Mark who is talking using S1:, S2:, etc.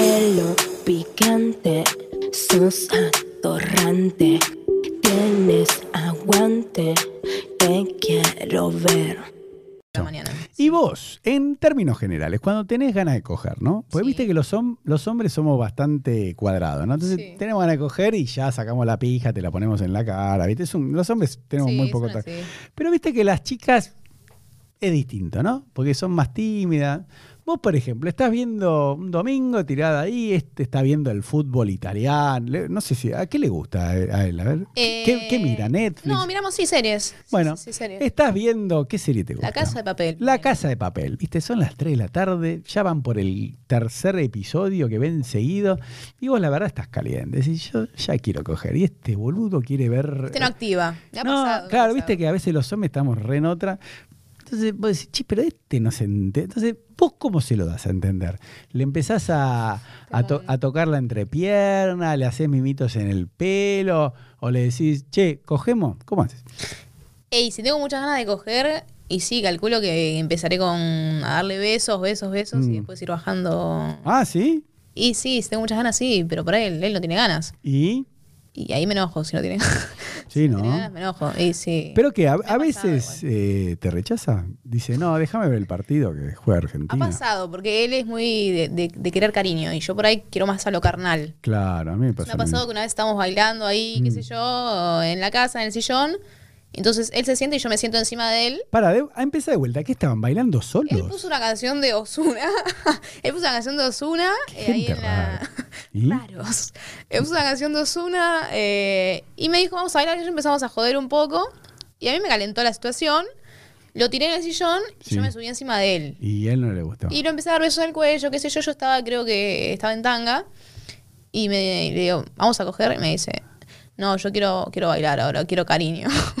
S1: pelo picante, sos atorrante, tienes aguante, te quiero ver.
S2: la mañana.
S3: Y vos, en términos generales, cuando tenés ganas de coger, ¿no? Porque
S2: Sí.
S3: viste que los, hom- los hombres somos bastante cuadrados, ¿no? Entonces
S2: Sí.
S3: tenemos ganas de coger y ya sacamos la pija, te la ponemos en la cara, ¿viste? Es un- los hombres tenemos
S2: Sí,
S3: muy poco
S2: son
S3: tacto.
S2: así.
S3: Pero viste que las chicas es distinto, ¿no? Porque son más tímidas. Vos, por ejemplo, estás viendo un domingo tirada ahí, este está viendo el fútbol italiano. le- No sé si. ¿A qué le gusta a él? A, él? A ver. ¿Qué,
S2: Eh,
S3: qué mira? ¿Netflix?
S2: No, miramos sí series. Sí,
S3: bueno,
S2: sí, sí, series.
S3: estás viendo. ¿Qué serie te gusta?
S2: La Casa de Papel.
S3: La Casa de Papel, viste, son las 3 de la tarde, ya van por el tercer episodio que ven seguido, y vos la verdad estás caliente, decís, yo ya quiero coger, y este boludo quiere ver...
S2: Este no activa. Le ha
S3: No,
S2: pasado, le ha
S3: claro,
S2: pasado.
S3: viste que a veces los hombres estamos re en otra. Entonces vos decís, che, pero este no se entiende. Entonces, ¿vos cómo se lo das a entender? Le empezás a, a, to- a tocar la entrepierna, le haces mimitos en el pelo, o le decís, che, cogemos, ¿cómo haces?
S2: Ey, si tengo muchas ganas de coger, y sí, calculo que empezaré con a darle besos, besos, besos,
S3: Mm.
S2: y después ir bajando.
S3: Ah, sí,
S2: Y sí, si tengo muchas ganas, sí, pero por ahí él, él no tiene ganas.
S3: y...
S2: Y ahí me enojo si no tiene ganas.
S3: Sí,
S2: Si no tiene
S3: ¿no?
S2: ganas, me enojo. Y sí.
S3: Pero que a, a
S2: ha pasado
S3: veces eh, te rechaza. Dice, no, déjame ver el partido que juega
S2: ha
S3: Argentina.
S2: pasado, porque él es muy de, de- de querer cariño, y yo por ahí quiero más a lo carnal.
S3: Claro, a mí me pasó.
S2: Me ha
S3: lo mismo. Mm.
S2: pasado que una vez estábamos bailando ahí, qué sé yo, en la casa, en el sillón. Entonces él se siente y yo me siento encima de él.
S3: Para, de, ah, empezá de vuelta. ¿Qué estaban bailando
S2: Él
S3: solos?
S2: puso una canción de Osuna. él puso una canción de Osuna. eh, ahí
S3: Gente
S2: en la...
S3: rara. ¿Y?
S2: Raros. Él puso una canción de Osuna eh, y me dijo, vamos a bailar. Y yo empezamos a joder un poco. Y a mí me calentó la situación. Lo tiré en el sillón y
S3: Sí.
S2: yo me subí encima de él.
S3: Y él no le gustó.
S2: Y lo empecé a dar besos en el cuello, qué sé yo, yo estaba, creo que estaba en tanga. Y me y le digo, vamos a coger, y me dice, no, yo quiero, quiero bailar ahora, quiero cariño.